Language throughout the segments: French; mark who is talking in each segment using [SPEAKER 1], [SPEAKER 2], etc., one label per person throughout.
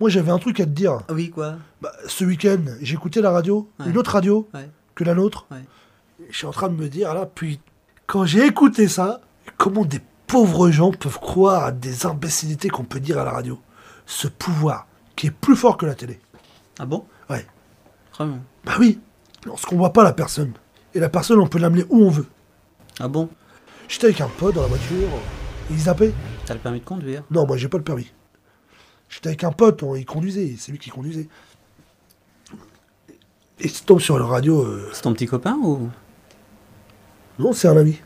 [SPEAKER 1] Moi, j'avais un truc à te dire.
[SPEAKER 2] Ah Oui, quoi
[SPEAKER 1] Bah, ce week-end, j'écoutais la radio,
[SPEAKER 2] Ouais.
[SPEAKER 1] une autre radio
[SPEAKER 2] Ouais.
[SPEAKER 1] que la nôtre.
[SPEAKER 2] Ouais.
[SPEAKER 1] Je suis en train de me dire, là, puis, quand j'ai écouté ça, comment des pauvres gens peuvent croire à des imbécilités qu'on peut dire à la radio Ce pouvoir qui est plus fort que la télé.
[SPEAKER 2] Ah bon
[SPEAKER 1] Ouais.
[SPEAKER 2] Vraiment
[SPEAKER 1] Bah oui, lorsqu'on voit pas la personne. Et la personne, on peut l'amener où on veut.
[SPEAKER 2] Ah bon
[SPEAKER 1] J'étais avec un pote dans la voiture, il zappait.
[SPEAKER 2] T'as le permis de conduire
[SPEAKER 1] Non, moi j'ai pas le permis. J'étais avec un pote, on- il conduisait, c'est lui qui conduisait. Et tu tombes sur le radio, euh,
[SPEAKER 2] C'est ton petit copain ou
[SPEAKER 1] non, c'est un ami.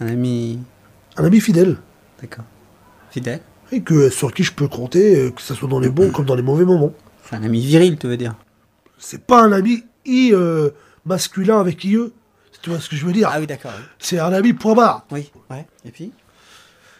[SPEAKER 2] un ami
[SPEAKER 1] Un ami fidèle.
[SPEAKER 2] D'accord. Fidèle
[SPEAKER 1] Et que, sur qui je peux compter, euh, que ce soit dans les bons comme dans les mauvais moments.
[SPEAKER 2] C'est un ami viril, tu veux dire
[SPEAKER 1] C'est pas un ami I euh, masculin avec IE. Tu vois ce que je veux dire
[SPEAKER 2] Ah oui, d'accord. oui.
[SPEAKER 1] C'est un ami point barre.
[SPEAKER 2] Oui, ouais. Et puis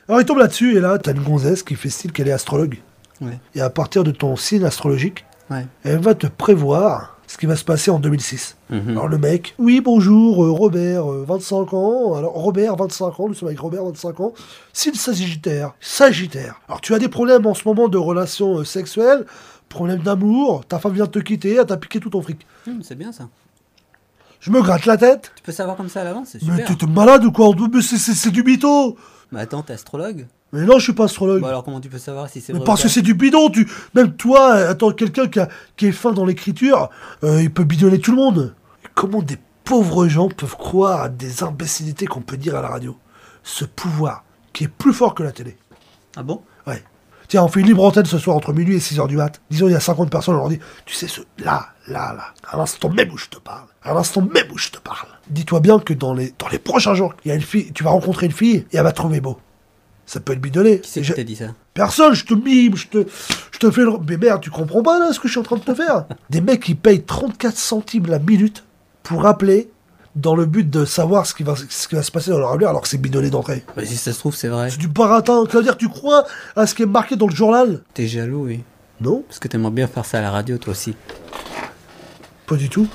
[SPEAKER 1] Alors il tombe là-dessus, et là, t'as une gonzesse qui fait style qu'elle est astrologue.
[SPEAKER 2] Ouais.
[SPEAKER 1] Et à partir de ton signe astrologique,
[SPEAKER 2] Ouais.
[SPEAKER 1] elle va te prévoir ce qui va se passer en 2006.
[SPEAKER 2] Mhm.
[SPEAKER 1] Alors le mec, oui bonjour euh, Robert, euh, 25 ans, alors Robert, 25 ans, nous sommes avec Robert, 25 ans, signe sagittaire, sagittaire. Alors tu as des problèmes en ce moment de relations euh, sexuelles, problème d'amour, ta femme vient de te quitter, elle t'a piqué tout ton fric.
[SPEAKER 2] Hum, c'est bien ça.
[SPEAKER 1] Je me gratte la tête,
[SPEAKER 2] Tu peux savoir comme ça à l'avance, c'est
[SPEAKER 1] mais
[SPEAKER 2] super.
[SPEAKER 1] t'es t'es malade ou quoi Mais c'est- c'est c'est du mytho
[SPEAKER 2] Mais attends, t'es astrologue
[SPEAKER 1] Mais non, je suis pas astrologue.
[SPEAKER 2] Bon alors comment tu peux savoir si c'est
[SPEAKER 1] Mais
[SPEAKER 2] vrai ou
[SPEAKER 1] parce que
[SPEAKER 2] pas
[SPEAKER 1] c'est du bidon, tu... même toi, euh, attends, quelqu'un qui, a- qui est fin dans l'écriture, euh, il peut bidonner tout le monde. Comment des pauvres gens peuvent croire à des imbécilités qu'on peut dire à la radio Ce pouvoir qui est plus fort que la télé.
[SPEAKER 2] Ah bon
[SPEAKER 1] Ouais. Tiens, on fait une libre antenne ce soir entre minuit et 6h du mat. Disons, il y a 50 personnes, on leur dit, tu sais, ce là, là, là, à l'instant même où je te parle, à l'instant même où je te parle. Dis-toi bien que dans les, dans les prochains jours, il y a une fille, tu vas rencontrer une fille et elle va te trouver beau. Ça peut être bidonné.
[SPEAKER 2] Qui c'est
[SPEAKER 1] Et
[SPEAKER 2] qui
[SPEAKER 1] je-
[SPEAKER 2] t'a dit ça
[SPEAKER 1] Personne, je te mime, je te, je te fais le... Mais merde, tu comprends pas là ce que je suis en train de te faire Des mecs qui payent 34 centimes la minute pour appeler dans le but de savoir ce qui va, ce qui va se passer dans leur avenir alors que c'est bidonné d'entrée.
[SPEAKER 2] Bah si ça se trouve, c'est vrai.
[SPEAKER 1] C'est du baratin, c'est-à-dire tu crois à ce qui est marqué dans le journal
[SPEAKER 2] T'es jaloux, oui.
[SPEAKER 1] Non,
[SPEAKER 2] Parce que t'aimerais bien faire ça à la radio, toi aussi.
[SPEAKER 1] pas du tout.